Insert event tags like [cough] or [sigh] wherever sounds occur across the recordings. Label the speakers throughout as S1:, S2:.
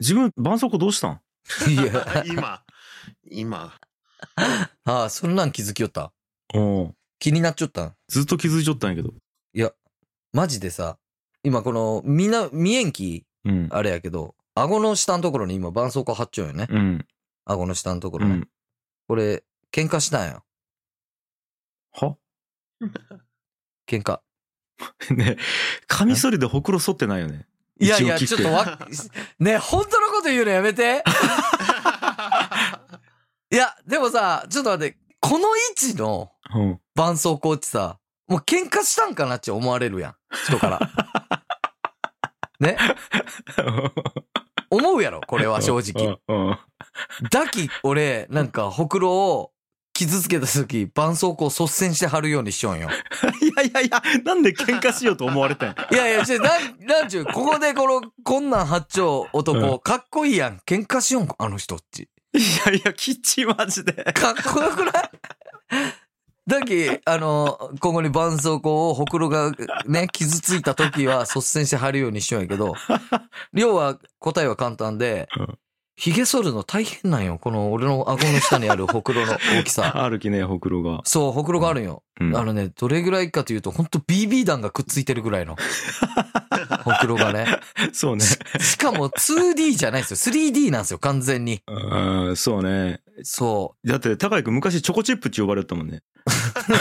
S1: 自分、絆創膏どう
S2: [laughs]
S1: したん [laughs]
S2: いや、
S3: 今、今、
S2: ああ、そんなん気づきよった。
S1: うん。
S2: 気になっちゃったん。
S1: ずっと気づいちょったんやけど。
S2: いや、マジでさ、今この、みな、見えんき、
S1: うん。
S2: あれやけど、顎の下のところに今、絆創膏貼っちゃうよね。
S1: うん。
S2: 顎の下のとこ
S1: う
S2: ろね。
S1: ん。
S2: これ、喧嘩したんや。
S1: は [laughs]
S2: 喧嘩。
S1: ねえカミソリでほくろ剃ってないよね。
S2: いやい
S1: 一応
S2: や、
S1: 切
S2: ちょっとわ、ね、本当のこと言うのやめ
S1: [laughs]
S2: て。いや、でもさ、ちょっと待って、この位置の
S1: うん。
S2: 絆創膏ってさ、もう喧嘩したんかなって思われるやん。人から。ね思うやろ、これは正直。
S1: うん。うん
S2: だき、俺、なんか、ほくろを傷つけた時、絆創膏率先して貼るようにしよんよ。
S1: いやいやいや、なんで喧嘩しようと思われたんや。
S2: いやいや、ちょ、なん、なんちゅう、ここでこの、こんなん八丁
S1: う
S2: 男、かっこいいやん。喧嘩しよん、あの人っち。
S1: いやいや、キッチンマジで。
S2: かっこよくないだき、あの、今後に絆創膏をほくろがね、傷ついた時は率先して貼るようにしようんやけど、要は答えは簡単で
S1: うん、
S2: 髭剃るの大変なんよ。この俺の顎の下にあるほくろの大き
S1: [laughs]
S2: さ。
S1: あるきね、ほくろが。
S2: そう、ほくろがあるんよ。
S1: うん
S2: あのね、どれぐらいかというと、ほんと BB 弾がくっついてるぐら
S1: [laughs]
S2: いの。ほくろがね。
S1: そうね。
S2: しかも 2D じゃないですよ。3D なんですよ、完全に。
S1: うん、そうね。
S2: そう。
S1: だって、高井くん昔チョコチップって呼ばれてたもんね。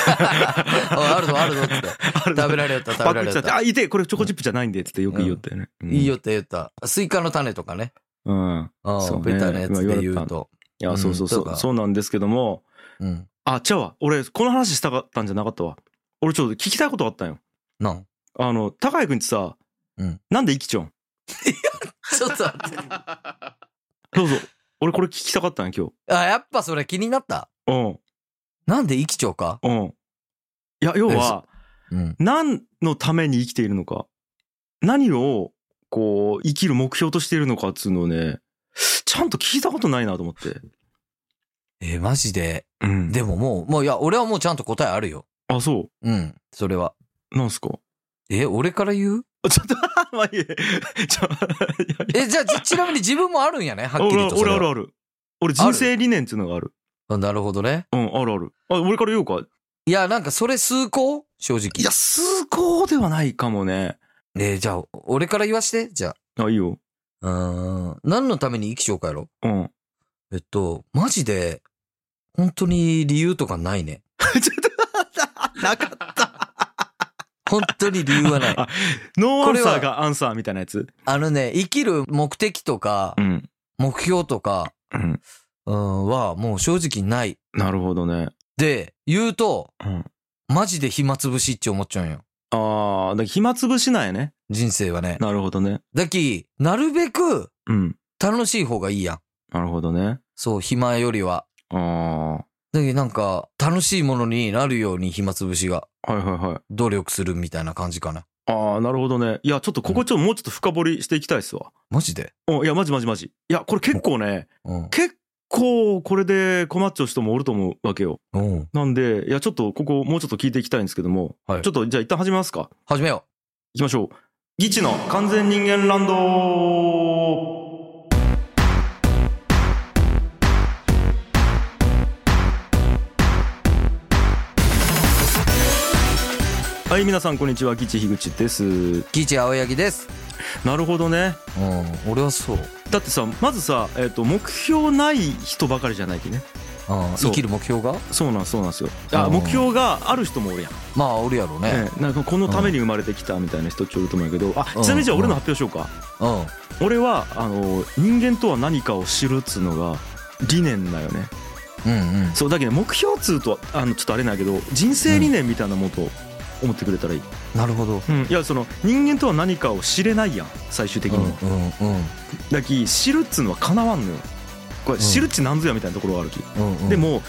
S2: ああるぞ、あるぞって。
S1: あれ
S2: 食べられよった、食べ
S1: パ
S2: ら
S1: クっ
S2: れよ
S1: ちゃ
S2: っ
S1: って、
S2: た。
S1: あ、いて、これチョコチップじゃないんで、つってよく言いよったよね。うん
S2: いいよ。って言った。スイカの種とかね。
S1: うん。
S2: あ
S1: そ
S2: あ、
S1: うね
S2: ベタなやつで言うと。
S1: いや、そうそうそ
S2: うんと
S1: う。
S2: か
S1: そうなんですけども、
S2: うん。
S1: あ、ちゃうわ。俺、この話したかったんじゃなかったわ。俺、ちょっと聞きたいことがあったんよ。
S2: なん [laughs]
S1: あの、高井くんってさ
S2: うん、
S1: なんで生きちょん
S2: ちょっと待って。
S1: そう [laughs] そう。俺、これ聞きたかったんよ、今日。
S2: あ、やっぱそれ気になった。
S1: うん
S2: なんで生きちゃうか
S1: うん。いや、要
S2: え
S1: は
S2: そ、うん。
S1: 何のために生きているのか、何を、こう、生きる目標としているのかっつうのをね、ちゃんと聞いたことないなと思って。
S2: えー、マジで。
S1: うん
S2: でももう、もういや、俺はもうちゃんと答えあるよ。
S1: あ、そ
S2: うん。それは。
S1: う。なんすか [laughs]
S2: え、俺から言う
S1: あちょっと、まあいいえ。ちょ、いやい
S2: [laughs] え、じゃあ、ちちなみに自分もあるんやねは
S1: や
S2: っき
S1: 俺
S2: り
S1: は
S2: とそ
S1: 俺
S2: れ
S1: あ
S2: は
S1: るある。俺人生理念っていうのがある。
S2: あなるほどね。
S1: うん、あるある。あ、俺から言おうか。
S2: いや、なんかそれ崇高正
S1: い
S2: 直。
S1: や、崇高ではないかもね。
S2: えーじゃあ、俺から言わして。じゃ
S1: あ、いいよ。
S2: あ。うーん。何のために生きちゃうかやろ [laughs]
S1: うん。
S2: えっと、マジで、本当に理由とかないね。
S1: ちょっと、なかった。
S2: 本当に理由はない
S1: [laughs] 。あノーアンサ
S2: こ
S1: ー
S2: れ
S1: がアンサーみたいなやつ。
S2: あのね、生きる目的とか、
S1: ん。
S2: 目標とか、
S1: うん。
S2: うん、はもう正直ない。
S1: なるほどね。
S2: で、言うと、
S1: うん。
S2: マジで暇つぶしって思っちゃうんよ。
S1: ああ、だから暇つぶしないね。
S2: 人生はね。
S1: なるほどね。
S2: だき、なるべく
S1: うん。
S2: 楽しい方がいいやん。
S1: なるほどね。
S2: そう、暇よりは。
S1: あ
S2: だけどなんか、楽しいものになるように暇つぶしが
S1: あ、はいはいはい。
S2: 努力するみたいな感じかな。
S1: ああ、なるほどね。いや、ちょっとここちょっともうちょっと深掘りしていきたいっすわ。
S2: マジで
S1: うん、いや、マジマジマジ。いや、これ結構ね、
S2: うん。
S1: 結構これで困っちゃう人もおると思うわけよ。
S2: うん。
S1: なんで、いや、ちょっとここもうちょっと聞いていきたいんですけども、
S2: はい
S1: ちょっとじゃあ一旦始めますか。
S2: 始めよ
S1: いきましょう。ギチの完全人間ランドはい、皆さんこんにちは。ギチ樋口です。
S2: う。キーチ青柳です。
S1: なるほどね。
S2: うん。俺はそう。
S1: だってさ、まずさ、えっ、と、目標ない人ばかりじゃないきね。
S2: うん
S1: そう
S2: 生きる目標が
S1: そうなん、そうなんですよ。あ、
S2: うん
S1: 目標がある人もおるやん。
S2: まあおるやろね、
S1: ええなんかこのために生まれてきたみたいな人ちょると思うんやけど、あ、
S2: うん
S1: ちなみにじゃあ俺の発表しようか。
S2: うん
S1: 俺はあの人間とは何かを知るっつうのが理念だよね
S2: うんうん
S1: そうだけど目標っつうとあのちょっとあれなんやけど人生理念みたいなものと思ってくれたらいい、
S2: なるほど
S1: うんいやその人間とは何かを知れないやん最終的
S2: うん
S1: には、
S2: うん
S1: だき知るっつうのはかなわんのよこれ
S2: うん
S1: 知るっちなんぞやみたいなところがあるき、
S2: うんうん
S1: でも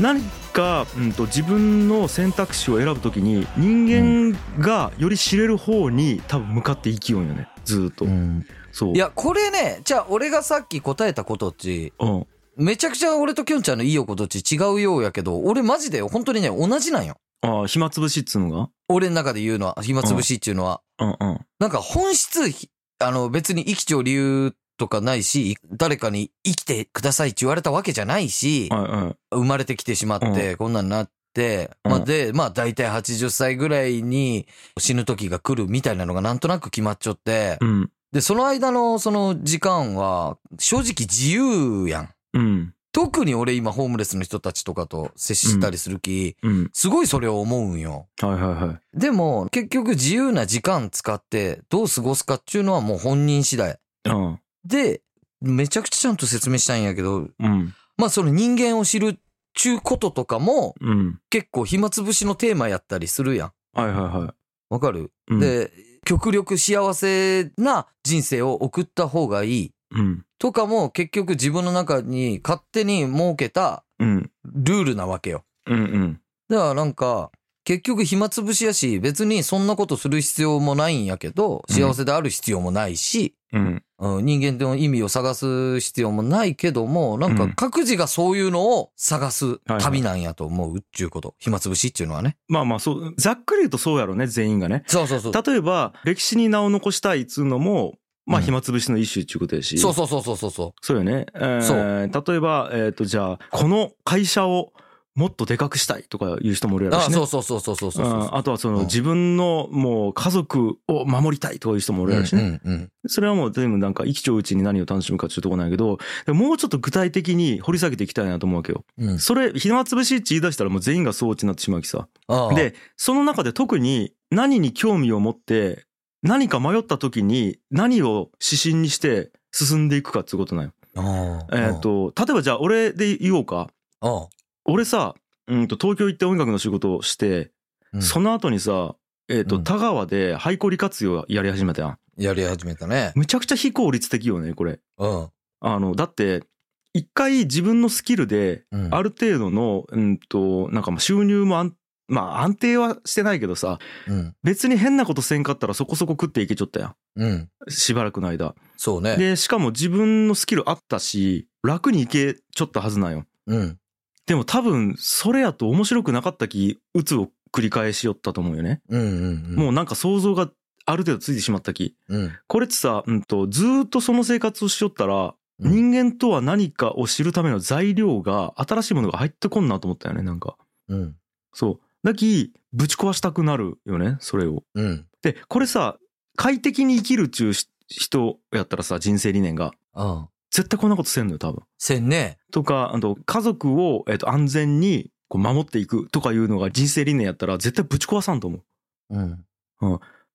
S1: 何か、うん、と自分の選択肢を選ぶときに人間がより知れる方に多分向かって生きようんよねずーっと、
S2: うん
S1: そう
S2: い
S1: い、
S2: やこれねじゃあ俺がさっき答えたことっち
S1: うん、
S2: めちゃくちゃ俺ときょんちゃんのいいおことっち違うようやけど俺マジで本当にね同じなんよ
S1: ああ暇つぶしっつうのが
S2: 俺の中で言うのは暇つぶしっていうのは、
S1: うんうん
S2: なんか本質ひあの別に生きちゃう理由とかないし、誰かに生きてくださいって言われたわけじゃないし、
S1: はいはい
S2: 生まれてきてしまって、こんなんなって、まあ
S1: うん
S2: で、まあ大体80歳ぐらいに死ぬ時が来るみたいなのがなんとなく決まっちゃって
S1: う、ん
S2: で、その間のその時間は、正直自由やん。
S1: うん
S2: 特に俺今ホームレスの人たちとかと接したりするき、
S1: うん
S2: すごいそれを思うんよ。
S1: はいはいはい
S2: でも、結局自由な時間使ってどう過ごすかっていうのはもう本人次第。
S1: あ
S2: で、めちゃくちゃちゃんと説明したいんやけど、
S1: あうん
S2: まあその人間を知るっちゅうこととかも
S1: うん
S2: 結構暇つぶしのテーマやったりするやん。
S1: はいはいは
S2: わかる、
S1: いうん
S2: で、極力幸せな人生を送った方がいい
S1: うん
S2: とかも結局自分の中に勝手に設けた
S1: うん
S2: ルールなわけよ。
S1: うんうん
S2: だからなんか、結局暇つぶしやし、別にそんなことする必要もないんやけど、
S1: うん
S2: 幸せである必要もないし、
S1: うん
S2: うん、人間の意味を探す必要もないけども、なん
S1: う
S2: か
S1: ん
S2: 各自がそういうのを探す
S1: はい
S2: 旅なんやと思うっちゅうこと。暇つぶしっていうのはね。
S1: まあまあそうざっくり言うとそうやろうね全員がね
S2: そうそうそう。
S1: 例えば歴史に名を残したいっつうのもまあ
S2: うん
S1: 暇つぶしの一種っちゅうことやし
S2: そうそうそうそうそうそう。
S1: そうよね。えー
S2: そ
S1: 例えば、えっ、と、じゃあ、この会社をもっとでかくしたいとかいう人もいるやろ
S2: あ
S1: しね。
S2: そうそうそうそうそうそうそう。
S1: うんあとは、その、
S2: うん
S1: 自分のもう家族を守りたいとかいう人もおるやろし
S2: う
S1: ね。
S2: んうんうん。
S1: それはもう全部なんか、生きちょうちに何を楽しむかっていうところなんやけど、でももうちょっと具体的に掘り下げていきたいなと思うわけよ。
S2: うん
S1: それ、暇つぶしって言い出したらもう全員がそうちになってしまうきさ。
S2: ああ、
S1: で、その中で特に何に興味を持って、何か迷った時に何を指針にして進んでいくかっていうことなんよ。
S2: ああ
S1: えっ、、と、例えばじゃあ俺で言おうか。
S2: ああ
S1: 俺さ、うんと東京行って音楽の仕事をして、
S2: うん
S1: その後にさ、えっ、と、
S2: うん
S1: 田川で廃校利活用やり始めたやん。
S2: やり始めたね。
S1: むちゃくちゃ非効率的よね、これ。
S2: うん。
S1: あの、だって、一回自分のスキルで、
S2: うん、
S1: ある程度の、うんと、なんかまあ収入も安まあ安定はしてないけどさ、
S2: うん。
S1: 別に変なことせんかったらそこそこ食っていけちょったやん。
S2: うん。
S1: しばらくの間。
S2: そうね。
S1: で、しかも自分のスキルあったし、楽にいけちょったはずなんよ。
S2: うん。
S1: でも多分それやと面白くなかったきうつを繰り返しよったと思うよね、
S2: うんうんうん。
S1: もうなんか想像がある程度ついてしまったき
S2: うん。
S1: これってさ、うん、とずーっとその生活をしよったら、
S2: うん
S1: 人間とは何かを知るための材料が新しいものが入ってこんなと思ったよねなんか
S2: うん。
S1: そうだきぶち壊したくなるよねそれを
S2: うん。
S1: でこれさ快適に生きるっちゅうし人やったらさ人生理念が
S2: ああ。
S1: 絶対こんなことせんのよ多分
S2: せんね。
S1: とか、あと家族を、えっと安全にこう守っていくとかいうのが人生理念やったら絶対ぶち壊さんと思う。
S2: うん。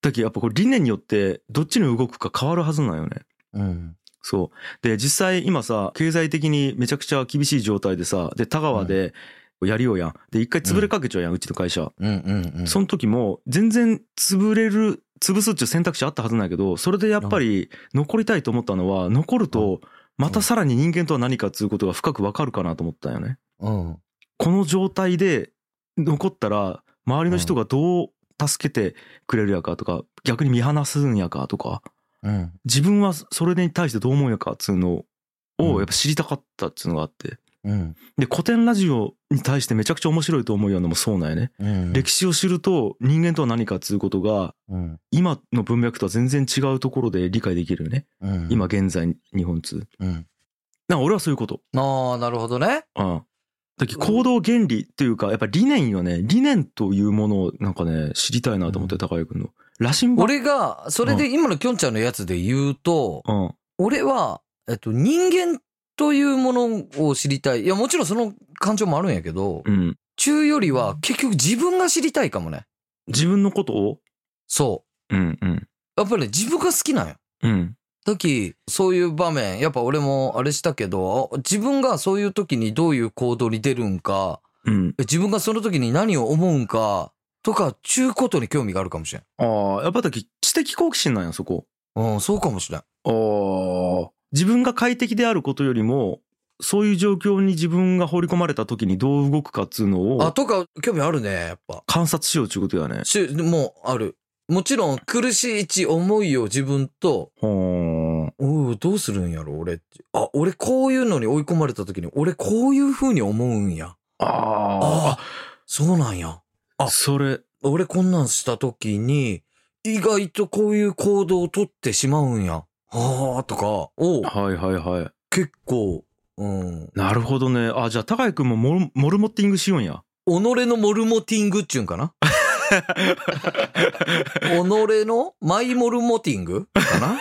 S1: だけどやっぱこれ理念によってどっちに動くか変わるはずなんよね。
S2: うん。
S1: そう。で、実際今さ、経済的にめちゃくちゃ厳しい状態でさ、で、田川でやりようやん。で、一回潰れかけちゃうやん、うちの会社。
S2: うんうんうん。
S1: その時も全然潰れる、潰すっていう選択肢あったはずなんやけど、それでやっぱり残りたいと思ったのは、残るとまたさらに人間とは何かっていうことが深くわかるかなと思ったんよね。
S2: うん。
S1: この状態で残ったら周りの人がどう助けてくれるやかとか逆に見放すんやかとか
S2: うん。
S1: 自分はそれに対してどう思うんやかっつうの
S2: うん
S1: をやっぱ知りたかったっつうのがあって
S2: うん。
S1: で古典ラジオに対してめちゃくちゃ面白いと思うようなのもそうなんやね
S2: うん。
S1: 歴史を知ると人間とは何かっつうことが
S2: うん。
S1: 今の文脈とは全然違うところで理解できるよね
S2: うん。
S1: 今。現在日本通
S2: うん。
S1: なんか俺はそういうこと
S2: ああ、なるほどね。
S1: うん。だっけ行動原理っていうか、やっぱ理念よね。理念というものをなんかね、知りたいなと思っ
S2: う
S1: て、高井君の。羅針盤。
S2: 俺が、それで今のきょんちゃんのやつで言うと、
S1: うん。
S2: 俺は、えっと、人間というものを知りたい。いや、もちろんその感情もあるんやけど、
S1: うん。
S2: 中よりは結局自分が知りたいかもね。
S1: 自分のことを
S2: そ
S1: うんうん。
S2: う。やっぱりね、自分が好きなんよ。
S1: うん。
S2: 時、そういう場面、やっぱ俺もあれしたけど、あ自分がそういう時にどういう行動に出るんか、
S1: うん。
S2: 自分がその時に何を思うんか、とか、ちゅうことに興味があるかもしれん。
S1: ああ、やっぱだっけ知的好奇心なんや、そこ。
S2: うん、そうかもしれん。
S1: ああ。自分が快適であることよりも、そういう状況に自分が放り込まれた時にどう動くかっつうの
S2: あ、
S1: を
S2: とか、興味あるね、やっぱ。
S1: 観察しようっちゅうことやね。
S2: しもう、ある。もちろん、苦しいち思いを自分と、
S1: ほーん。
S2: おうどうするんやろ、俺って。あ、俺こういうのに追い込まれた時に、俺こういう風に思うんや。
S1: あ
S2: ああ、そうなんや。
S1: あ。それ、
S2: 俺こんなんした時に、意外とこういう行動をとってしまうんや。はあとかを
S1: はいはいはい。
S2: 結構、うん。己
S1: なるほどね。あ、じゃあ、高井くんもモルモルモッティングしようんや。
S2: のモルモティングっちゅうん
S1: [laughs]
S2: かな己のマイモルモティングかな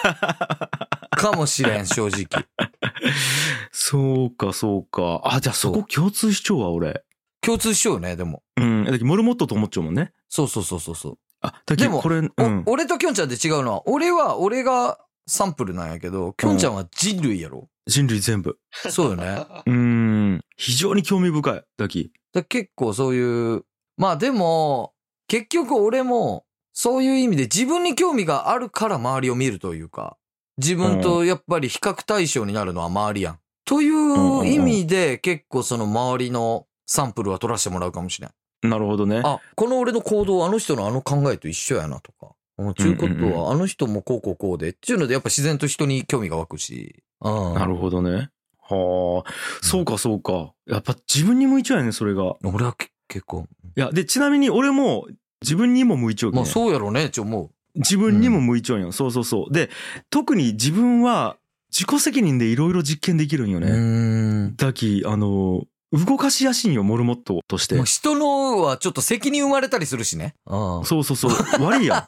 S2: かもしれん、正直。
S1: そうか、そうか。あ、じゃあそこ共通主張は俺。
S2: 共通しようよね、でも。
S1: うん。だけどモルモットと思っちゃうもんね。
S2: そうそうそうそうそう。
S1: あ、だけ
S2: で
S1: ど
S2: も
S1: これ、うん。
S2: お
S1: うん
S2: 俺ときょんちゃんって違うのは、俺は、俺がサンプルなんやけど、きょんちゃんは人類や
S1: [laughs]
S2: ろ、
S1: 人類全部。
S2: そうよね。
S1: うーん。非常に興味深い、だき。
S2: だ結構そういう、まあでも、結局俺も、そういう意味で自分に興味があるから周りを見るというか、自分とやっぱり比較対象になるのは周りやん。という意味で、結構その周りのサンプルは取らせてもらうかもしれん。
S1: なるほどね。
S2: あ、この俺の行動、あの人のあの考えと一緒やなとか。ということ
S1: うんうんう
S2: は、あの人もこうこうこうで、っていうのでやっぱ自然と人に興味が湧くし。うん。
S1: なるほどね。はあ。そうか、そうか。やっぱ自分に向いちゃうよね、それが。
S2: 俺はけ結構、
S1: いや、で、ちなみに俺も自分にも向いちゃうけ
S2: ま
S1: ど、
S2: あ
S1: ね
S2: そうやろうねって思う。
S1: 自分にも向いちゃうよ。そうそうそう。で、特に自分は自己責任でいろいろ実験できるんよ
S2: う
S1: ね。
S2: ーん。
S1: だき、あの、動かしやすいんよ、モルモットとして
S2: もう。人のはちょっと責任生まれたりするしね。うん。
S1: そうそう
S2: [laughs]
S1: そう。悪いやん。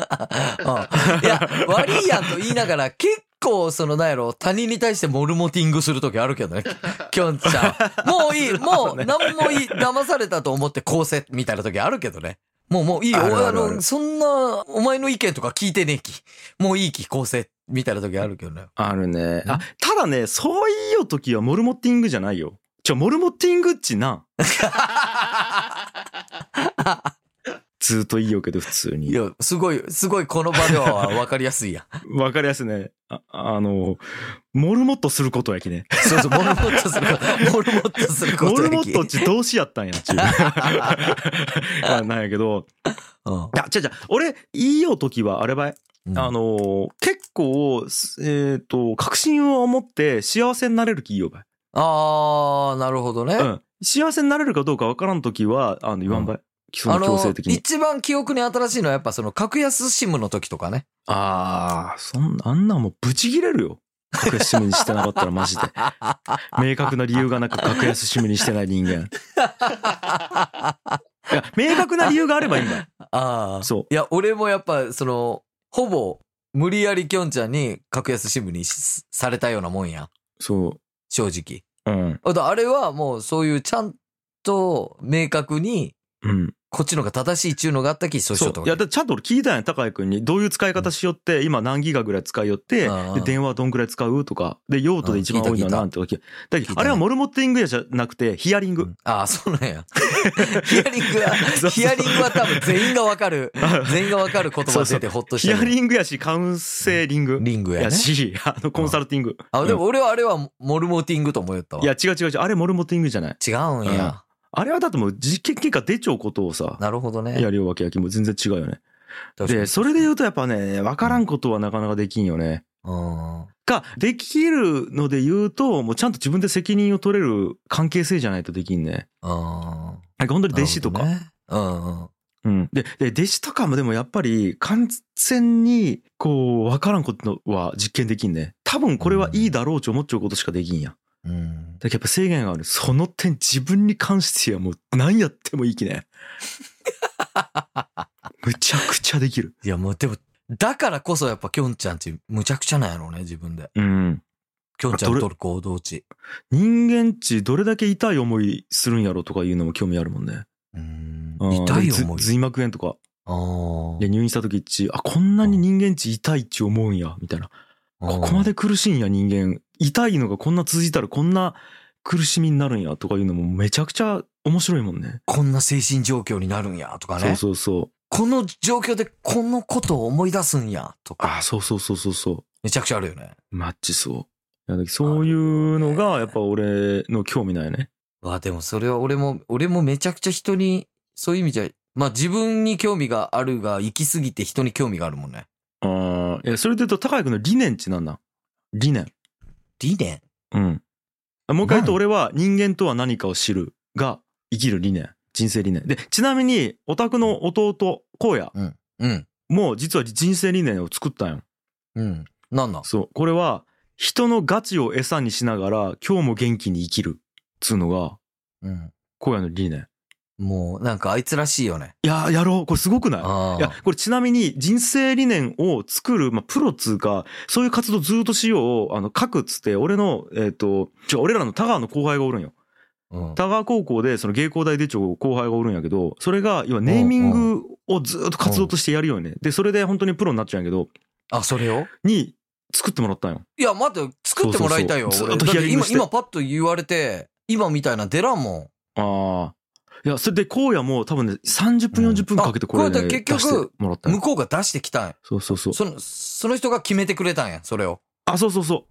S2: いや、悪いやんと言いな
S1: [laughs]
S2: がら、結構、その、なんやろ、他人に対してモルモティングするときあるけどね、きょんちゃん。も
S1: [laughs]
S2: ういい、もう、なんもいい、騙されたと思ってこうせ、みたいなときあるけどね。もう、もういいよ、
S1: あるある
S2: 俺あ
S1: あ
S2: の、
S1: る
S2: そんな、お前の意見とか聞いてねえき。もういいき、こうせ、みたいなときあるけ
S1: [laughs]
S2: どね。
S1: あるね。あ、ただね、そういうよ時はモルモッティングじゃないよ。ちょ、モルモッティングっちなん。ずっといいよけど、普通
S2: い
S1: に。
S2: や、すごい、すごい、この場ではわかりやすいやん。
S1: わかりやすいね。ああの、モルモットすることやき
S2: [laughs]
S1: ね。
S2: そうそう、モルモットする、モルモットすること
S1: モ
S2: や
S1: ル
S2: き
S1: モットっち動詞やったんやっち
S2: [laughs]
S1: ゅう。あなんやけど。
S2: うん
S1: いや、違う違う。俺、いいよ時はあればい。
S2: うん
S1: あのー結構、すえっ、と、確信を持って幸せになれる気いいよばい。
S2: あー、なるほどね。
S1: うん。幸せになれるかどうかわからん時は、あの、言わんばい。基
S2: あ
S1: 礎の強
S2: の
S1: 制、的に。
S2: 一番記憶に新しいのはやっぱその格安シムの時とかね。
S1: ああ、そんな、あんなんもうブチギレるよ。格安シムにしてなかったら
S2: [laughs]
S1: マジで。明確な理由がなく格安シムにしてない
S2: [laughs]
S1: 人間。いや、明確な理由があればいいんだよ。
S2: あー
S1: そ
S2: いや、俺もやっぱその、ほぼ無理やりきょんちゃんに格安シムにしされたようなもんや。
S1: う、そ
S2: 正直。
S1: う、うん、
S2: あとあれはもうそういうちゃんと明確に
S1: うん。
S2: こっちのが正しいっちゅうのがあったき、そうし
S1: そ
S2: よ
S1: う
S2: うと。
S1: いや、だってちゃんと俺聞いたんや、高井くんに。どういう使い方しよって、今何ギガぐらい使いよって
S2: ああ、
S1: で、電話どんぐらい使うとか、で、用途で一番多いのはなんて時。だけ
S2: 聞いた
S1: ど、あれはモルモッティングじゃなくて、ヒアリング。
S2: ああ、そうなんや。 [laughs] ヒアリングは、
S1: [laughs] そう
S2: ヒアリングは多分全員がわかる、
S1: [laughs]
S2: 全員がわかる言葉出てほっとし
S1: ヒ
S2: たけど。
S1: アリングやし、カウンセリング。
S2: リングや
S1: や
S2: ね。
S1: し、あの、コンサルティング。
S2: あ、でも俺はあれはモルモティングと思った
S1: う
S2: わ。
S1: んいや、、違う違う違う。あれモルモッティングじゃない。
S2: 違うんや。
S1: あれはだってもう実験結果出ちゃうことをさ、
S2: なるほどね。
S1: やりようわけやきもう全然違うよね。
S2: 確かに
S1: で、それで言うとやっぱね、わからんことはなかなかできんよね。
S2: うん。
S1: が、できるので言うと、もうちゃんと自分で責任を取れる関係性じゃないとできんね。
S2: うん。
S1: なんか本当に弟子とか。
S2: なるほどね。うんうん。
S1: うん。で、で、弟子とかもでもやっぱり完全に、こう、わからんことは実験できんね。多分これはいいだろうと思っちゃうことしかできんやん。
S2: うん、
S1: だけどやっぱ制限がある。その点自分に関してはもう何やってもいいき [laughs] ね。むちゃくちゃできる。
S2: いやもうでもだからこそやっぱきょんちゃんちむちゃくちゃなんやろうね自分で
S1: うん。
S2: きょんちゃん
S1: ど
S2: の
S1: れ
S2: 取る行動値
S1: 人間ちどれだけ痛い思いするんやろとかいうのも興味あるもんね。
S2: うん
S1: うん
S2: 痛い思い
S1: ず髄膜炎とか。
S2: あ
S1: で入院した時っち、あ、こんなに人間ち痛いっち思うんや、みたいな。
S2: あ
S1: ここまで苦しいんや、人間。痛いのがこんな続いたらこんな苦しみになるんやとかいうのもめちゃくちゃ面白いもんね。
S2: こんな精神状況になるんやとかね
S1: そうそうそう。
S2: この状況でこのことを思い出すんやとか
S1: あ、そうそうそうそうそう。
S2: めちゃくちゃあるよね
S1: マッチそう。いやそういうのがやっぱ俺の興味ないね。
S2: わあでもそれは俺も俺もめちゃくちゃ人にそういう意味じゃまあ自分に興味があるが行き過ぎて人に興味があるもんね
S1: ああ、いやそれで言うと高井君の理念ってなんなん理念。
S2: 理念
S1: うん。もう一回言う
S2: な
S1: と
S2: ん
S1: 俺は人間とは何かを知るが生きる理念。人生理念。で、ちなみにオタクの弟、荒野
S2: うんうん
S1: も実は人生理念を作ったんよ。
S2: うんなんなん
S1: そう。これは、人のガチを餌にしながら、今日も元気に生きる。つうのが、
S2: うん。
S1: 荒野の理念。
S2: もう、なんかあいつらしいよね。
S1: いやー、やろう。これすごくない
S2: あ
S1: いや
S2: あ。、
S1: これちなみに人生理念を作る、まあ、プロっつうか、そういう活動ずっとしよう、あの、書くっつって、俺の、えっ、と、ちょ、俺らの田川の後輩がおるんよ。
S2: うん。
S1: 田川高校で、その芸工大出張後輩がおるんやけど、それが、要はネーミングをずっと活動としてやるよね。で、それで本当にプロになっちゃうんやけど、
S2: あ、それを
S1: に作ってもらったんよ。
S2: いや、待って、作ってもらいたいよ。
S1: そうそうそうず
S2: 俺
S1: っと
S2: だっ
S1: ヒア
S2: て
S1: リング
S2: 今、
S1: して
S2: 今パッと言われて、今みたいな出らんもん。
S1: ああ。いや、それで荒野も多分ね、30分40分かけてこれね、
S2: あこれだ
S1: 出
S2: 結局
S1: してもらったんよ
S2: 向こうが出してきたんや。
S1: そうそうそう。
S2: その、その人が決めてくれたんや、それを。
S1: あ、そうそうそ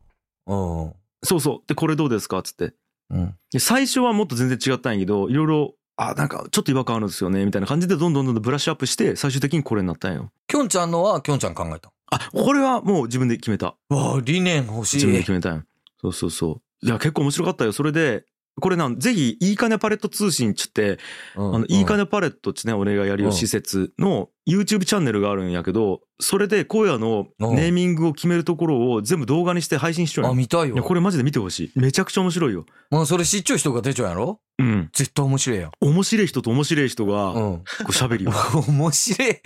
S1: うう。そうそう。で、これどうですかっつって。
S2: ん。うん。
S1: で最初はもっと全然違ったんやけどいろいろあなんかちょっと違和感あるんですよねみたいな感じでどんどんどんどんブラッシュアップして最終的にこれになったんよ
S2: きょんちゃんのは、きょんちゃん考えた。
S1: あこれはもう自分で決めた
S2: わあ、理念欲し
S1: 自分で
S2: い
S1: 決。めたんよそうそうそういや結構面白かったよそれでこれなんぜひいいかねパレット通信っちゅって、
S2: うん
S1: あのいいか
S2: うん
S1: ねパレットっちね俺がやる
S2: う
S1: よ
S2: ん
S1: 施設の YouTube チャンネルがあるんやけどそれで荒野の
S2: うん
S1: ネーミングを決めるところを全部動画にして配信しちゃ
S2: あ、
S1: う
S2: 見たい
S1: いや
S2: よ。
S1: これマジで見てほしいめちゃくちゃ面白いよ
S2: まあ、それ知っちゃう人が出ちゃうやろ
S1: うん
S2: 絶対面白いやん。
S1: 面白い人と面白い人が
S2: う
S1: こ
S2: ん。
S1: う
S2: [laughs]
S1: 喋るよ
S2: 面白い。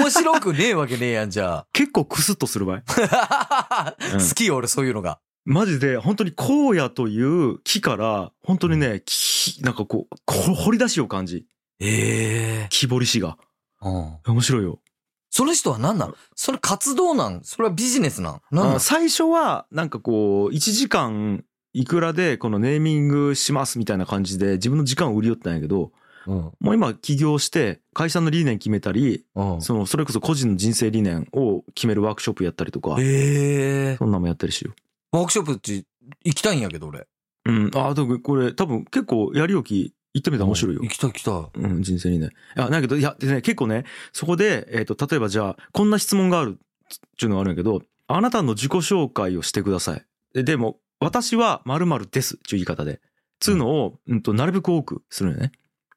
S2: 面白くねえわけねえやん、じゃ
S1: 結構クスッとする場合。
S2: あ。
S1: うん
S2: 好きよ、俺、そういうのが。
S1: マジで、本当に荒野という木から、本当にね、木なんかこう、こ掘り出しを感じ。
S2: ええ。
S1: 木彫り師が。
S2: うん。
S1: 面白いよ。
S2: その人は何なんそれ活動なんそれはビジネスなん何な
S1: あ
S2: ん
S1: 最初は、なんかこう、1時間いくらでこのネーミングしますみたいな感じで、自分の時間を売り寄ったんやけど、
S2: うん。
S1: もう今起業して、会社の理念決めたり、
S2: うん。
S1: その、それこそ個人の人生理念を決めるワークショップやったりとか、
S2: ええ。
S1: そんなんもやったりしよ
S2: ワークショップっち行きたいんやけど、俺。
S1: う。うん。ああ、でもこれ多分結構やりおき行ってみたら面白いよ
S2: 行。きたい行きたい。
S1: うん、人生にね。あ、だけど、いや、でね、結構ね、そこで、えっ、と、例えばじゃあ、こんな質問があるっていうのがあるんやけど、あなたの自己紹介をしてください。ででも、私は〇〇ですっていう言い方で。つうのを、うんと、なるべく多くするのよね。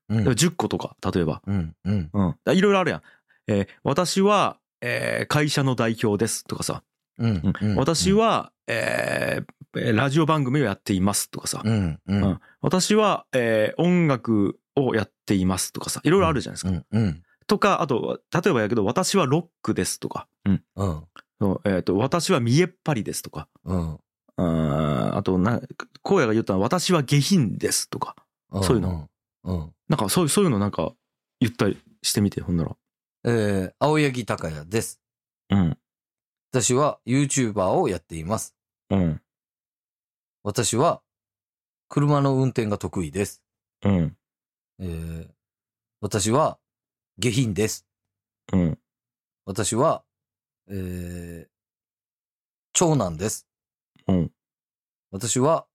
S2: う
S1: だから10個とか、例えば。
S2: うん。うん。
S1: うん。だからいろいろあるやん。えー私は、えー会社の代表ですとかさ。
S2: うん。うん
S1: 私、は、えーえーラジオ番組をやっていますとかさ。
S2: うん。うん。
S1: うん私は、えー音楽をやっていますとかさ。いろいろあるじゃないですか
S2: う。ん。うん。
S1: とか、あと、例えばやけど、私はロックですとか、うん
S2: うん。
S1: そうえっ、と、私は見えっ張りですとか、
S2: うん。
S1: うーんあと、な、荒野が言ったのは、私は下品ですとか、
S2: ん
S1: そういうの。
S2: うん。
S1: なんかそういう、そういうのなんか言ったりしてみて、ほんなら。
S2: えー、青柳高也です。
S1: うん。
S2: 私は YouTuber をやっています。
S1: うん。
S2: 私は車の運転が得意です。
S1: うん。
S2: えー、私は下品です。
S1: うん。
S2: 私は、えー、長男です。
S1: うん。
S2: 私は、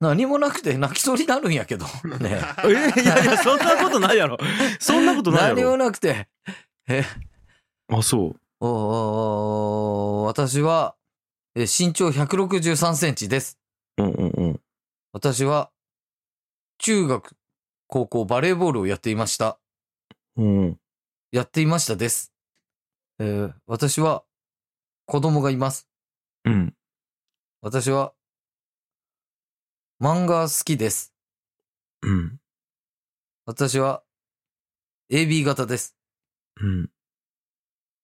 S2: 何もなくて泣きそうになるん
S1: [laughs]
S2: やけど。ねえ。
S1: えいやいや、そんなことないやろ。そんなことないや
S2: 何も
S1: ろ。
S2: なくて。
S1: あ、そう。
S2: おーおーおー私は、えー身長163センチです。
S1: うんうんうん。
S2: 私は、中学、高校、バレーボールをやっていました。
S1: うん。
S2: やっていましたです。えー私は、子供がいます。
S1: うん。
S2: 私は、漫画好きです。
S1: うん。
S2: 私は、AB 型です。
S1: うん。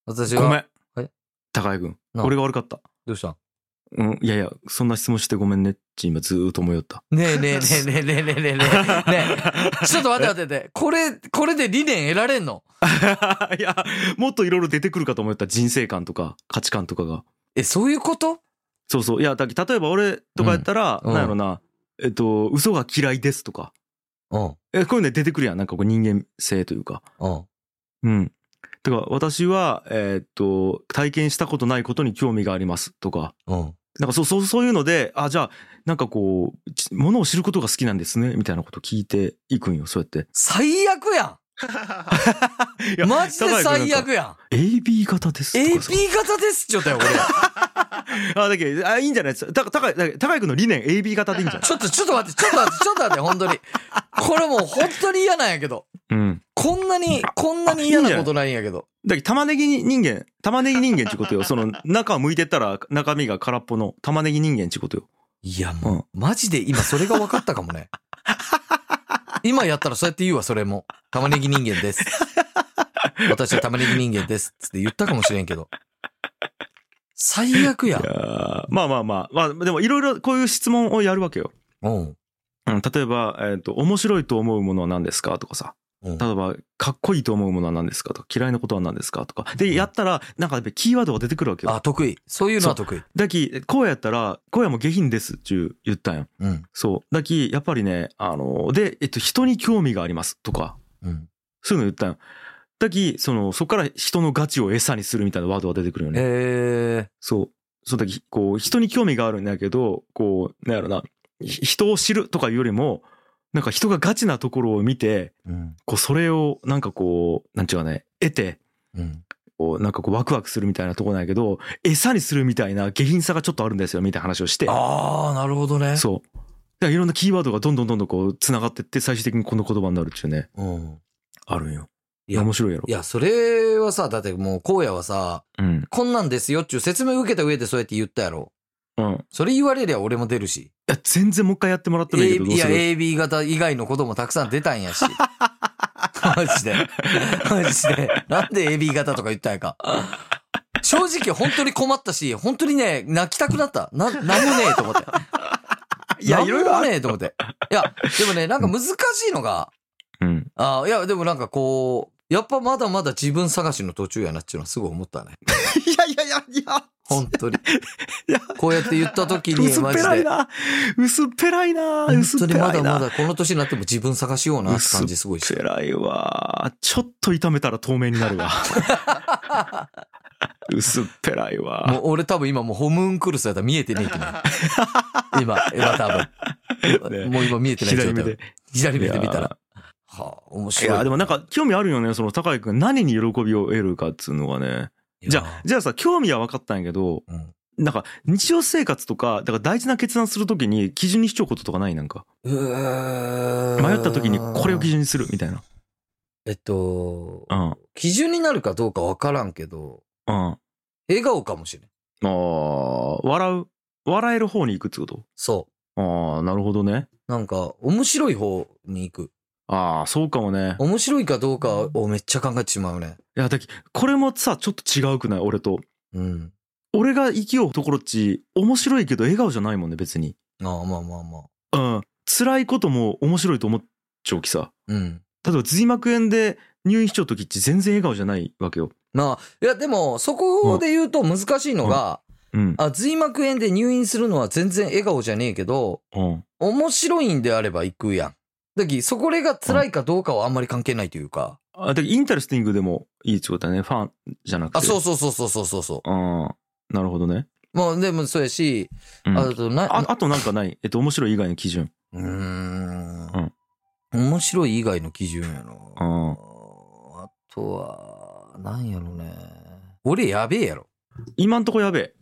S2: 私は、
S1: ごめん
S2: はい。
S1: 高井君。
S2: な
S1: 俺が悪かった。
S2: どうした
S1: うん。いやいや、そんな質問してごめんねって今ずーっと思いよった。
S2: ねえねえねえねえねえねえねえねえねえ。ちょっと待って待って待って。これ、これで理念得られんの
S1: [laughs] いや、もっといろいろ出てくるかと思った人生観とか価値観とかが。
S2: え、そういうこと
S1: そうそう。いや、だけ例えば俺とかやったら、
S2: うんうん
S1: なんやろな、えっと、嘘が嫌いですとか。
S2: うん。
S1: え、こういうの出てくるやん。なんかこう人間性というか。
S2: うん。
S1: うん。てか、私は、えっと、体験したことないことに興味がありますとか。
S2: うん。
S1: なんかそう、そう、そういうので、あ、じゃあ、なんかこう、ち物を知ることが好きなんですね、みたいなこと聞いていくんよ、そうやって。
S2: 最悪や
S1: [laughs] いや
S2: ん [laughs] マジで最。
S1: 高い
S2: 悪や
S1: 君なんか AB 型です
S2: ん
S1: とかさ
S2: !AP 型ですちょっと [laughs] よ、俺。
S1: あ、だけど、あ、いいんじゃないですか。た高い、だけ高井君の理念 AB 型でいいんじゃない
S2: ちょっと、ちょっと待って、ちょっと待って、ちょっと待って、本当に。これもう本当に嫌なんやけど。
S1: うん。
S2: ここんなに、こんなに嫌なことないんやけど。
S1: だけど玉ねぎ人間、玉ねぎ人間ちゅうことよ。その中を向いてったら中身が空っぽの玉ねぎ人間ちゅうことよ。
S2: いや、もう、マジで今それが分かったかも [laughs] ね。今やったらそうやって言うわ、それも。玉ねぎ人間です。私は玉ねぎ人間です。つって言ったかもしれんけど。最悪や
S1: い。やーまあまあまあ。まあでもいろいろこういう質問をやるわけよ。
S2: うん。
S1: うん、例えば、えっ、と、面白いと思うものは何ですかとかさ。
S2: うん
S1: 例えば、かっこいいと思うものは何ですかとか、嫌いなことは何ですかとか。で、やったら、なんかやっぱりキーワードが出てくるわけよ。
S2: あ、得意。そういうのは得意。
S1: だき、こうやったら、こうやも下品ですっていう言ったんよ。
S2: うん。
S1: そう。だき、やっぱりね、あの、で、えっと、人に興味がありますとか、
S2: うん。
S1: そういうの言ったんよ。だき、その、そこから人のガチを餌にするみたいなワードが出てくるよね。
S2: え
S1: そう。その時、こう、人に興味があるんだけど、こう、なんやろな、ひ人を知るとかいうよりも、なんか人がガチなところを見て、
S2: ー。うん。
S1: こう、それを、なんかこう、なんちゅうかね、得て、
S2: うん。
S1: こう、なんかこう、ワクワクするみたいなとこなんやけど、餌にするみたいな下品さがちょっとあるんですよ、みたいな話をして。
S2: あー、なるほどね。
S1: そう。だからいろんなキーワードがどんどんどんどんこう、繋がってって、最終的にこの言葉になるっていうね。
S2: う。うん。
S1: あるんよ。
S2: い
S1: い
S2: や
S1: や、面白いやろ。
S2: いや、それはさ、だってもう、荒野はさ、
S1: うん。
S2: こんなんですよっちゅう説明受けた上でそうやって言ったやろ。
S1: うん。い
S2: それ言われりゃ俺も出るし。
S1: や、全然もう一回やってもらってもいいけ
S2: A
S1: ど、どう
S2: い
S1: す
S2: や、
S1: る
S2: AB 型以外のこともたくさん出たん
S1: [laughs]
S2: やし。マジで。マジで。なんで AB 型とか言ったんやか。正直本当に困ったし、本当にね、泣きたくなった。な、なんもねえと思って。
S1: [laughs] いや、いろいろ
S2: な
S1: あ
S2: んも
S1: る。
S2: ねえと思って。いや、でもね、なんか難しいのが、
S1: うん。
S2: あーいや、でもなんかこう、やっぱまだまだ自分探しの途中やなっていうのはすごい思ったね。
S1: いやいやいや、いや。
S2: 本
S1: [laughs]
S2: 当に
S1: や。
S2: こうやって言った時に、
S1: 薄っ
S2: マ
S1: ぺ
S2: ジ
S1: らい
S2: で。
S1: な薄っぺらいな
S2: 本
S1: 薄
S2: 当
S1: っぺ
S2: にま
S1: ら
S2: だ
S1: い
S2: ま
S1: な
S2: だこの年になっても自分探しようなって感じすごいし
S1: 薄っぺらいわちょっと炒めたら透明になる
S2: [laughs]
S1: わ薄っぺらい
S2: もう
S1: わ
S2: 俺多分今もうホムンクルスやったら見えてねえけど。
S1: [laughs]
S2: 今、今多分。
S1: ね
S2: もう今見えてない状
S1: 左
S2: 態。
S1: 目
S2: 左
S1: で
S2: 目で見たら。はあ、面
S1: い
S2: 白い。
S1: やでもなんか興味あるよねその高井君何に喜びを得るかっつうのがね
S2: いや、
S1: じゃあじゃあさ興味は分かったんやけど
S2: うん
S1: なんか日常生活とかだから大事な決断するときに基準にしちゃうこととかないなんか迷
S2: 迷
S1: ったときにこれを基。準にするみたいな
S2: えっと
S1: う、んうん
S2: 基準になるかどうかわからんけど、
S1: あ
S2: 笑顔かもしれん。
S1: あ笑う笑える方に行くってこと
S2: そ
S1: ああなるほどね
S2: う。なんか、面白い方に行く。
S1: ああそうかもね
S2: 面白いかどうかをめっちゃ考えてしまうね。
S1: いや、だけこれもさ、ちょっと違うくない俺と。
S2: うん。
S1: 俺が生きようところっち、面白いけど笑顔じゃないもんね、別に。
S2: ああ、まあまあまあ。
S1: うん。辛いことも面白いと思っちゃうきさ。
S2: うん。
S1: 例えば、髄膜炎で入院しちゃうときって全然笑顔じゃないわけよ。
S2: まあ、いや、でも、そこで言うと難しいのが、
S1: うん。
S2: あ、髄膜炎で入院するのは全然笑顔じゃねえけど、
S1: うん。
S2: 面白いんであれば行くやん。だき、そこれが辛いかどうかはあんまり関係ないというか。
S1: あ、だけインタレスティングでもいいってことだね。ファンじゃなくて。
S2: あ、そうそうそうそうそうそうそ
S1: うん。なるほどね。
S2: う。まあ、でもそうやし、
S1: うんあ、
S2: あとな、
S1: あとなんかない。えっと、面白い以外の基準。
S2: うーん
S1: うん
S2: 面白い以外の基準や
S1: う
S2: な。
S1: ん
S2: あとは、なんやろね。俺やべえやろ。
S1: 今んとこやべえ。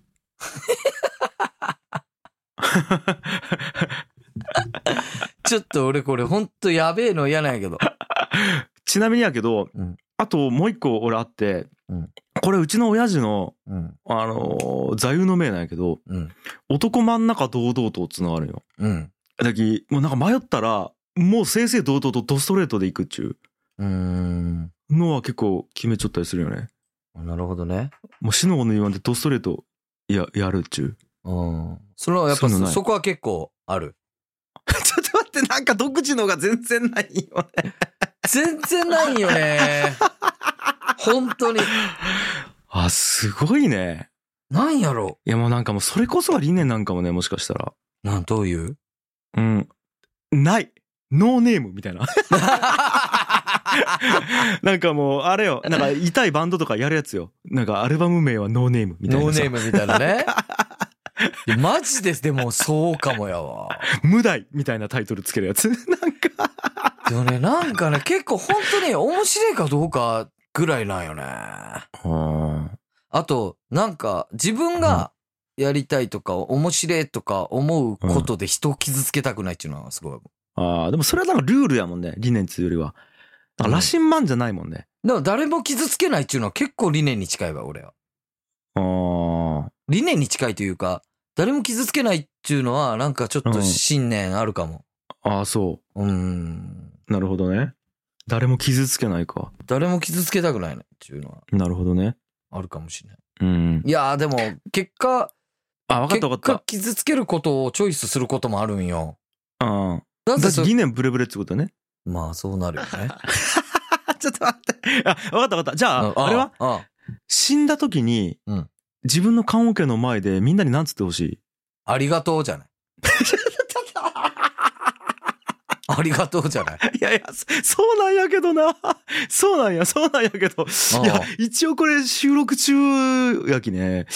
S2: ちょっと俺これほんとやべえの嫌なんやけど。
S1: ちなみにやけど、
S2: うん
S1: あともう一個俺あって、
S2: うん
S1: これうちの親父の、
S2: うん。
S1: あのー座右の銘なんやけど、
S2: うん。
S1: 男真ん中堂々とっつうのがあるよ。
S2: うん。
S1: だき、もうなんか迷ったら、もう正々堂々とドストレートでいくっちゅ
S2: うーん。
S1: うのは結構決めちゃったりするよね。
S2: なるほどね。
S1: もう死の子の言わんでドストレートや、やるっちゅう。
S2: うん。それはやっぱ
S1: そういうの
S2: そ
S1: ない
S2: そこは結構ある。
S1: [laughs] ちょっと待って、なんか独自のが全然ないよね。
S2: [laughs] 全然ないよね。 [laughs] 本当に。
S1: あ、すごいね。
S2: なんやろ
S1: いやもうなんかもうそれこそが理念なんかもね、もしかしたら。
S2: なん、どういう
S1: うん。ない。ノーネームみたい [laughs] な。なんかもう、あれよ。なんか痛いバンドとかやるやつよ。なんかアルバム名はノーネームみたい
S2: ノ
S1: な
S2: ー
S1: さ。
S2: ネームみたいなね。 [laughs] いやマジです。でも、そうかもやわ。
S1: 無題みたいなタイトルつけるやつ。 [laughs] なんか。
S2: でもね、なんかね、結構本当に面白いかどうかぐらいなんよね。あと、なんか、自分がやりたいとか、面白いとか思うことで人を傷つけたくないっていうのはすごい。
S1: ああ、でもそれはなんかルールやもんね。理念つうよりは。あ羅針盤じゃないもんね。
S2: でも誰も傷つけないっていうのは結構理念に近いわ、俺は。
S1: ああ。
S2: 理念に近いというか、誰も傷つけないっていうのは、なんかちょっと信念あるかも。
S1: ああ、そ
S2: うん、
S1: う。なるほどね。誰も傷つけないか。
S2: 誰も傷つけたくないなっていうのは
S1: なるほどね。
S2: あるかもしれない。
S1: うん。
S2: いやーでも、結果、
S1: あ、わかったわ
S2: 結
S1: かっ
S2: 果傷つけることをチョイスすることもあるんよ。
S1: た。うん。だ
S2: なぜ
S1: って
S2: そ
S1: 理念ブレブレってことね。
S2: まあそうなるよね。
S1: [laughs] あ、ちょっと待って。あ、わかったわかった。じゃ
S2: うん
S1: あ、あれは
S2: [laughs] あ
S1: 死んだ時に
S2: うん、
S1: 自分の棺桶の前でみんなに何つってほしい
S2: ありがとうじゃ [laughs] ない。ありがとうじゃない。
S1: い [laughs] やいや、そそうなんやけどな。そうなんや、そうなんやけど。いや、一応これ収録中やきね。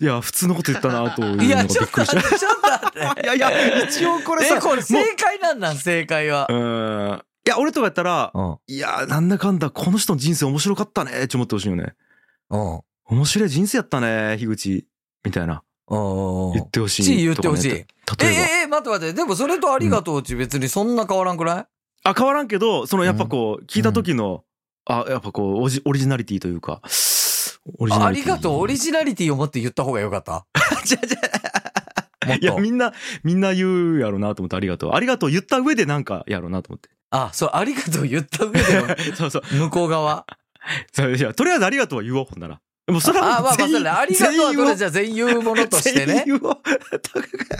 S1: いや、普通のこと言ったなと
S2: [laughs]
S1: いうのが
S2: い
S1: び
S2: や、
S1: っ
S2: ちょっ
S1: く
S2: と
S1: りした。
S2: 待って、ちょっと待って。
S1: いやいや、 [laughs] 一応これ
S2: え、
S1: さ、
S2: これ
S1: もう
S2: 正解なんなん正解は
S1: う。ーん。いや、俺とかやったら、
S2: うん。
S1: いや、なんだかんだ、この人の人生面白かったねって思ってほしいよね。
S2: うん。
S1: 面白い人生やったね、樋口。みたいな。
S2: うん。
S1: 言ってほしい、
S2: ち言ってほしい。
S1: 例え
S2: え、え、
S1: ば。
S2: え、待って待って。でもそれとありがとうち別にそんな変わらんくない
S1: あ、変わらんけど、そのやっぱこう、聞いた時の、あ、やっぱこう、オジオリジナリティというか、オリジ
S2: あ
S1: ナ
S2: あ
S1: リ
S2: り
S1: ティ。
S2: がとう、オリジナリティを持って言った方がよかった。もっ
S1: [laughs] いや、
S2: と。
S1: みんな、みんな言うやろなと思って、ありがとう。ありがとう言った上でなんかやろうなと思って。
S2: あ、そう、ありがとう言った上
S1: [laughs]
S2: で
S1: そうそう。
S2: の向こう側。
S1: そういや、とりあえずありがとうは言おう、ほんなら。もう [laughs] それは
S2: あ、
S1: も
S2: まあ
S1: う
S2: まあ、
S1: 全
S2: そ
S1: 員、
S2: れ、ありがと
S1: 全
S2: うは
S1: 員
S2: こ
S1: 言お
S2: れじゃ全員言うものとしてね。
S1: 全員言おう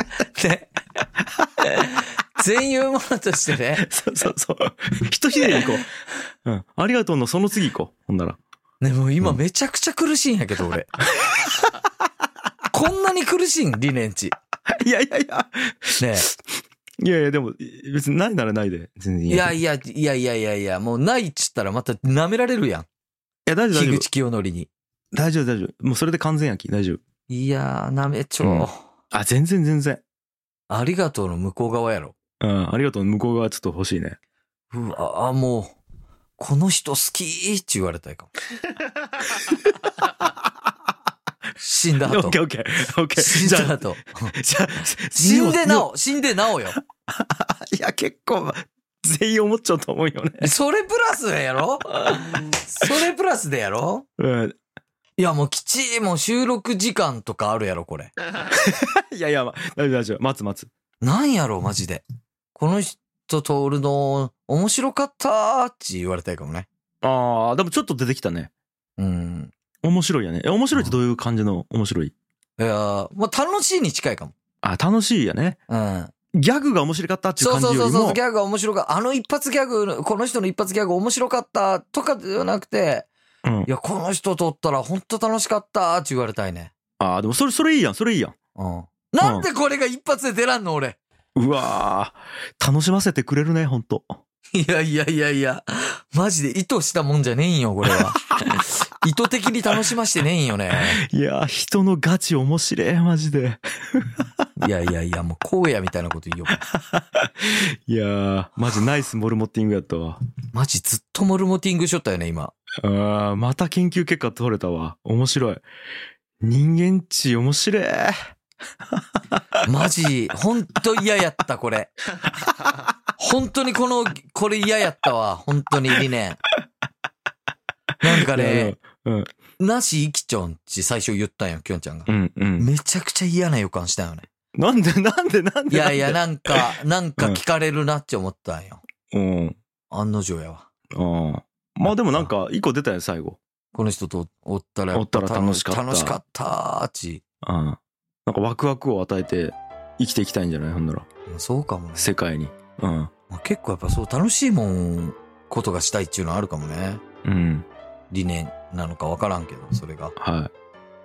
S1: [laughs]
S2: ね [laughs] 全員言うものとしてね。
S1: そうそうそう。一ひねり行こ
S2: [laughs]
S1: う。うん。ありがとうのその次行こう。ほんなら。 [laughs]
S2: ね、もう今
S1: うん
S2: めちゃくちゃ苦しいんやけど、
S1: [laughs]
S2: 俺。こんなに苦しいん理念値。
S1: いやいやいや。
S2: ね
S1: いやいや、でも、別にないならないで。全然
S2: いやいや、いやいやいやいや、もうないっちったらまた舐められるやん。
S1: いや、大丈夫、大丈
S2: 樋
S1: 夫。
S2: 口清則に。
S1: 大丈夫、大丈夫。もうそれで完全やき。大丈夫。
S2: いやー、舐めちょ、う
S1: うんあ、全然全然。
S2: ありがとうの向こう側やろ。
S1: うん。ありがとうの向こう側ちょっと欲しいね。
S2: うわあ、もう、この人好きーって言われたい
S1: [laughs]
S2: かも。死ん
S1: オ
S2: だ
S1: ッ
S2: 後
S1: ケ。ーオッケー。オッケ
S2: 死
S1: ー。
S2: ん
S1: じゃ
S2: だ
S1: あ、
S2: 後。
S1: じゃあ、
S2: 死んでな
S1: お。
S2: お、死んでなおよ。
S1: いや、結構、全員思っちゃうと思うよね。
S2: それプラスで
S1: [laughs]
S2: やろそれプラスでやろ
S1: うん。
S2: いや、もうきちい、もう収録時間とかあるやろ、これ。
S1: いやいや、ま大丈夫、大丈夫。待つ、待つ。
S2: なんやろ、マジで。この人通るの、面白かったーって言われたいかもね。
S1: ああ、でもちょっと出てきたね。
S2: うん。
S1: 面白いよね。え、面白いってどういう感じの面白い
S2: いやー、まあ、楽しいに近いかも。
S1: あ、楽しいやね。
S2: うん。
S1: ギャグが面白かったっていう
S2: そ
S1: 感
S2: う
S1: じ
S2: そう
S1: よ
S2: そう
S1: り
S2: そう、
S1: も
S2: ギ。ャグが面白かった。あの一発ギャグの、この人の一発ギャグ面白かったとかではなくて、
S1: うん
S2: いや、この人撮ったら本当楽しかったって言われたいね。
S1: ああ、でもそれ、それいいやん、それいいやん。
S2: うん。なんでこれが一発で出らんの、俺。
S1: うわー楽しませてくれるね、ほんと。
S2: いやいやいやいや、マジで意図したもんじゃねえんよ、これ
S1: [laughs]
S2: は。意図的に楽しましてねえんよね。
S1: いやー人のガチ面白え、マジで。
S2: いやいやいや、もう荒野みたいなこと言おう。
S1: いやーマジナイスモルモッティングやったわ。
S2: マジずっとモルモティングしよったよね、今。
S1: あーまた研究結果取れたわ。面白い。人間知面白え。
S2: マジ、ほんと嫌やった、これ。本当にこの、これ嫌やったわ。本当に理念。なんか
S1: いや
S2: ね
S1: で、もうん。
S2: なしいきちょんち最初言ったんよ、きょんちゃんが。
S1: うんうん。
S2: めちゃくちゃ嫌な予感したよね。
S1: なんでなんでなんで
S2: いやいや、
S1: な
S2: なんか、なんか聞かれるなって思ったんよ。
S1: んで。うん。
S2: 案の定やわ。
S1: ああ。まあでもなんか、一個出たよ、最後。
S2: この人とおったらやぱ
S1: おったら楽しかった
S2: 楽しかったーち。
S1: うん。なんかワクワクを与えて生きていきたいんじゃないほんなら。
S2: そうかもね。
S1: 世界に。うん。
S2: まあ結構やっぱそう楽しいもん、ことがしたいっていうのはあるかもね。
S1: うん。
S2: 理念なのかわからんけど、それが。
S1: はい。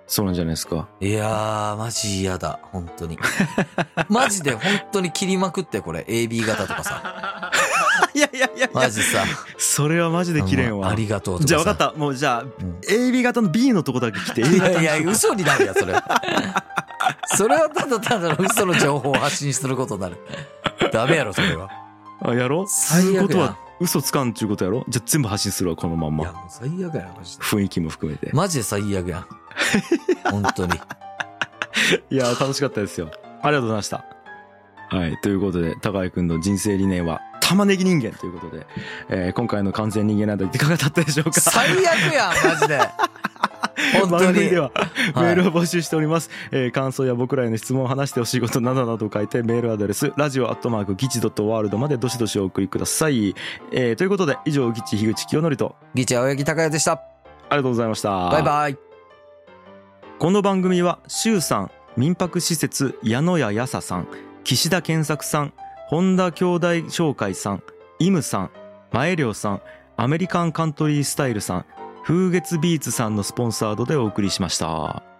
S1: そうなんじゃないです
S2: [laughs]
S1: か。
S2: いやー、マジ嫌だ。本当に。 [laughs] マジで本当に切りまくって、これ。AB 型とかさ。
S1: いやいやいやい
S2: マジさ。
S1: それはマジで綺麗わ。
S2: ありがとうとかさ。
S1: じゃあ分かった。もうじゃあ、
S2: た。
S1: AB 型の B のとこだけ来て、
S2: [laughs] い
S1: AB 型の
S2: やいや、嘘になるや
S1: [laughs]
S2: ん、それは。それはただただの嘘の情報を発信することになる。ダメやろ、それは。
S1: あ、やろそう
S2: 最悪
S1: い
S2: や
S1: うことは、嘘つかんっちゅうことやろじゃあ全部発信するわ、このまん
S2: いや、
S1: ま。
S2: もう最悪やな、マジで。
S1: 雰囲気も含めて。
S2: マジで最悪やん。本
S1: [laughs]
S2: 当に。
S1: いやー、楽しかったですよ。ありがとうございました。はい。ということで、高井くんの人生理念は、玉ねぎ人間ということで、えー今回の完全人間なんだいかがだったでしょうか
S2: 最悪やん
S1: [laughs]
S2: マジで本当
S1: 番
S2: に
S1: 組ではメールを募集しております、えー感想や僕らへの質問を話してほしいことなどなどを書いてメールアドレスラジオアットマークギチドットワールドまでどしどしお送りください、えーということで以上ギチ樋口清則と
S2: ギチ青柳高也でした
S1: ありがとうございました
S2: バイバイ
S1: この番組は周さん民泊施設矢野屋やささん岸田健作さん本田兄弟紹介さんイムさん前涼さんアメリカンカントリースタイルさん風月ビーツさんのスポンサードでお送りしました。